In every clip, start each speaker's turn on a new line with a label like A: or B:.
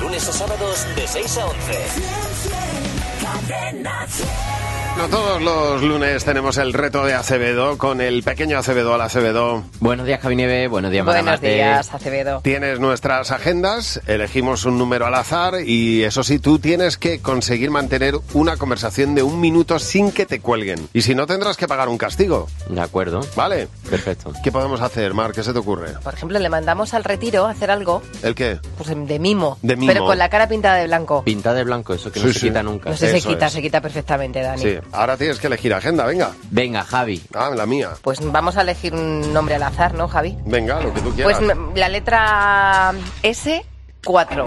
A: lunes a sábados de 6 a 11.
B: No todos los lunes tenemos el reto de Acevedo con el pequeño Acevedo al Acevedo.
C: Buenos días, Cabinieve. Buenos días, Madame
D: Buenos
C: Arte.
D: días, Acevedo.
B: Tienes nuestras agendas, elegimos un número al azar y eso sí, tú tienes que conseguir mantener una conversación de un minuto sin que te cuelguen. Y si no, tendrás que pagar un castigo,
C: De acuerdo.
B: ¿vale?
C: Perfecto.
B: ¿Qué podemos hacer, Mar? ¿Qué se te ocurre?
D: Por ejemplo, le mandamos al retiro a hacer algo
B: ¿El qué?
D: pues, de mimo,
B: De mimo.
D: pero con la cara pintada de blanco.
C: Pinta de blanco, eso que no
B: Sí,
C: se
B: sí.
C: quita nunca. Eh,
D: No sé, se
B: Eso
D: quita,
B: es.
D: se quita perfectamente, Dani.
B: Sí, ahora tienes que elegir agenda, venga.
C: Venga, Javi.
B: Ah, la mía.
D: Pues vamos a elegir un nombre al azar, ¿no, Javi?
B: Venga, lo que tú quieras.
D: Pues mm, la letra S, 4.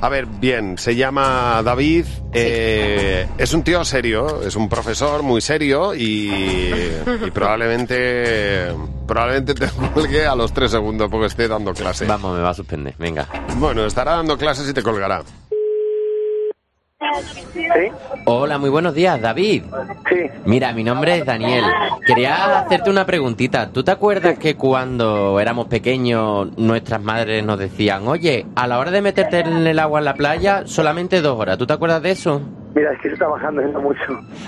B: A ver, bien, se llama David. eh, es un tío serio, es un profesor muy serio y, y probablemente probablemente te cuelgue a los tres segundos porque esté dando clase.
C: Vamos, me va a suspender. Venga.
B: Bueno, estará dando clases y te colgará.
E: ¿Sí?
C: Hola, muy buenos días, David.
E: Sí.
C: Mira, mi nombre es Daniel. Quería hacerte una preguntita. ¿Tú te acuerdas que cuando éramos pequeños nuestras madres nos decían, oye, a la hora de meterte en el agua en la playa, solamente dos horas? ¿Tú te acuerdas de eso?
E: Mira, es que estoy trabajando no mucho.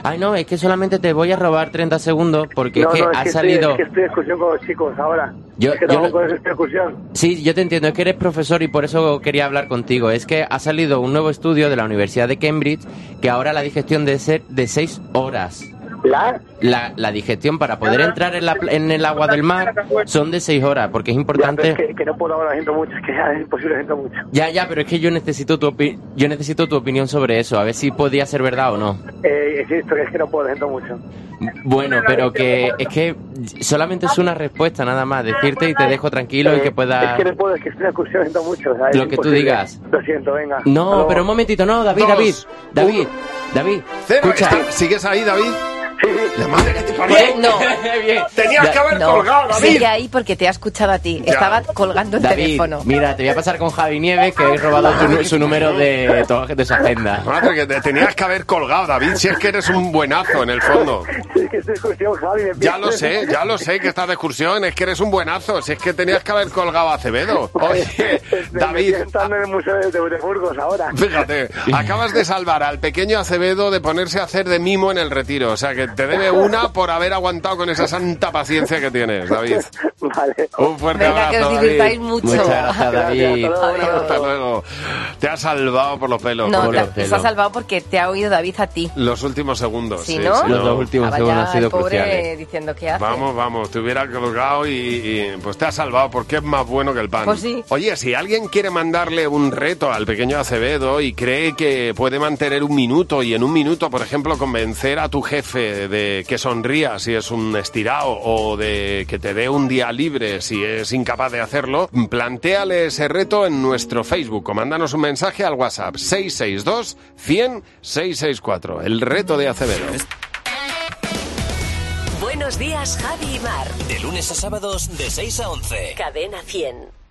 C: Ay, no, es que solamente te voy a robar 30 segundos porque
E: no,
C: es que
E: no,
C: ha
E: es que,
C: salido...
E: estoy, es que estoy de excursión con los chicos ahora.
C: Yo-
E: es que
C: yo
E: trabajo
C: no-
E: con ellos, estoy de excursión.
C: Sí, yo te entiendo, es que eres profesor y por eso quería hablar contigo. Es que ha salido un nuevo estudio de la Universidad de Cambridge que ahora la digestión debe ser de 6 horas.
E: ¿La?
C: La, la digestión para poder entrar en, la pla- en el agua del mar son de 6 horas, porque es
E: Ya, pero es
C: importante...
E: que, que no puedo ahora, siento mucho. Es que ya es imposible, siento mucho.
C: Ya, ya, pero es que yo necesito tu, opi- yo necesito tu opinión sobre eso, a ver si podía ser verdad o no.
E: Eh, insisto, que es que no puedo, siento mucho.
C: Bueno, pero que es que solamente es una respuesta nada más, decirte y te dejo tranquilo y
E: Eh,
C: que
E: Es
C: pueda...
E: que no puedo, es que estoy de excursión, siento mucho. o sea, es
C: Lo que tú
E: imposible.
C: digas.
E: Lo siento, venga. Hasta
C: No,
E: luego.
C: pero un momentito, no, David,
B: Dos,
C: David, David,
B: uno.
C: David,
B: Cero,
C: escucha.
B: está- ¿Sigues ahí, David?
E: Sí, sí.
B: La madre que te parió.
D: Bien, no.
C: Bien.
B: Tenías
C: Da-
B: que haber
D: No,
B: colgado, David.
D: sigue ahí porque te ha escuchado a ti.
B: Ya.
D: Estaba colgando el
C: David,
D: teléfono.
C: mira, te voy a pasar con Javi Nieves, que he robado tu nu- su número de, tu- de su agenda.
B: Madre que te tenías que haber colgado, David, si es que eres un buenazo en el fondo.
E: Sí, es que estoy de excursión, Javi. me
B: Ya
E: pierdo.
B: lo sé, ya lo sé que estás de excursión, es que eres un buenazo, si es que tenías que haber colgado a Acevedo. Oye,
E: Me-
B: David,
E: Me estoy sentando en el Museo de, de, de Burgos ahora.
B: Fíjate, acabas de salvar al pequeño Acevedo de ponerse a hacer de mimo en el retiro. O sea que te debe una por haber aguantado con esa santa paciencia que tienes, David.
E: Vale.
B: Un fuerte
D: Venga, que
B: abrazo,
D: os
B: David.
D: divirtáis mucho.
C: Muchas gracias, David.
E: Gracias, hasta luego, un abrazo.
B: Hasta luego. Te has salvado por los pelos.
D: No,
B: por
D: te,
C: Hola,
B: los,
D: te
C: Celo.
D: has salvado porque te ha oído David a ti.
B: los últimos segundos.
D: Sí, ¿no?
C: Los dos últimos
D: Estaba
C: segundos
D: ya
C: han sido
D: el pobre
C: cruciales.
D: diciendo qué hace.
B: Vamos, vamos, te hubiera colgado y, y, pues te ha salvado porque es más bueno que el pan.
D: Pues sí.
B: Oye, si alguien quiere mandarle un reto al pequeño Acevedo y cree que puede mantener un minuto y en un minuto, por ejemplo, convencer a tu jefe de que sonría si es un estirado o de que te dé un día libre si es incapaz de hacerlo, plantéale ese reto en nuestro Facebook o mándanos un mensaje al WhatsApp 662 100 664. El reto de Acevedo.
F: Buenos días, Javi y Mar.
A: De lunes a sábados de 6 a 11.
F: Cadena 100.